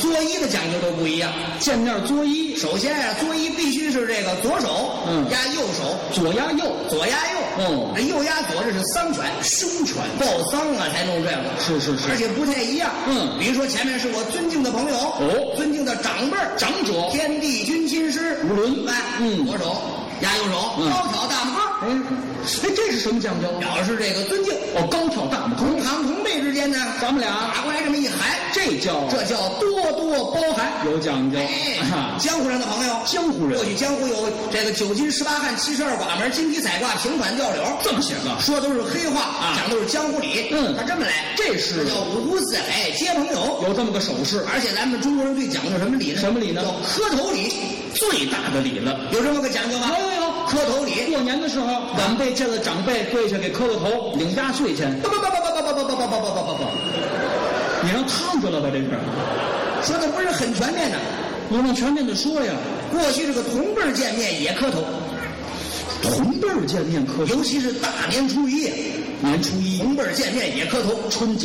揖的讲究都不一样。见面作揖，首先呀、作揖必须是这个左手，嗯压右手，左压右，左压右，哦这右压左，这是丧权，生拳，报丧啊才弄这个，是是是而且不太一样。嗯比如说前面是我尊敬的朋友，哦尊敬的长辈儿，长者天地君亲师，无伦哎，嗯左手压右手，嗯高挑大拇哥，哎，哎，这是什么讲究？表示这个尊敬。哦，高挑大拇同哥，行同辈之间呢，咱们俩哦打过来这么一喊，这叫这叫多多包涵。有讲究，哎啊，江湖上的朋友，江湖人过去江湖有这个九斤十八汉、七十二寡门、金皮彩挂、平反吊柳，这么写的，说都是黑话啊讲都是江湖理。嗯他这么来，这是叫五湖四海皆朋友。有这么个手势，而且咱们中国人最讲究什么礼呢？什么礼呢叫磕头礼，最大的礼了。有这么个讲究吗？有有有磕头礼。过年的时候，晚辈见了长辈，跪下给磕个头，领压岁钱，不不不不不不不不不不不不不不，你让烫着了吧？这是，说的不是很全面的。你们全面的说呀，过去这个同辈儿见面也磕头，同辈儿见面磕头，尤其是大年初一，年初一同辈儿见面也磕头。春节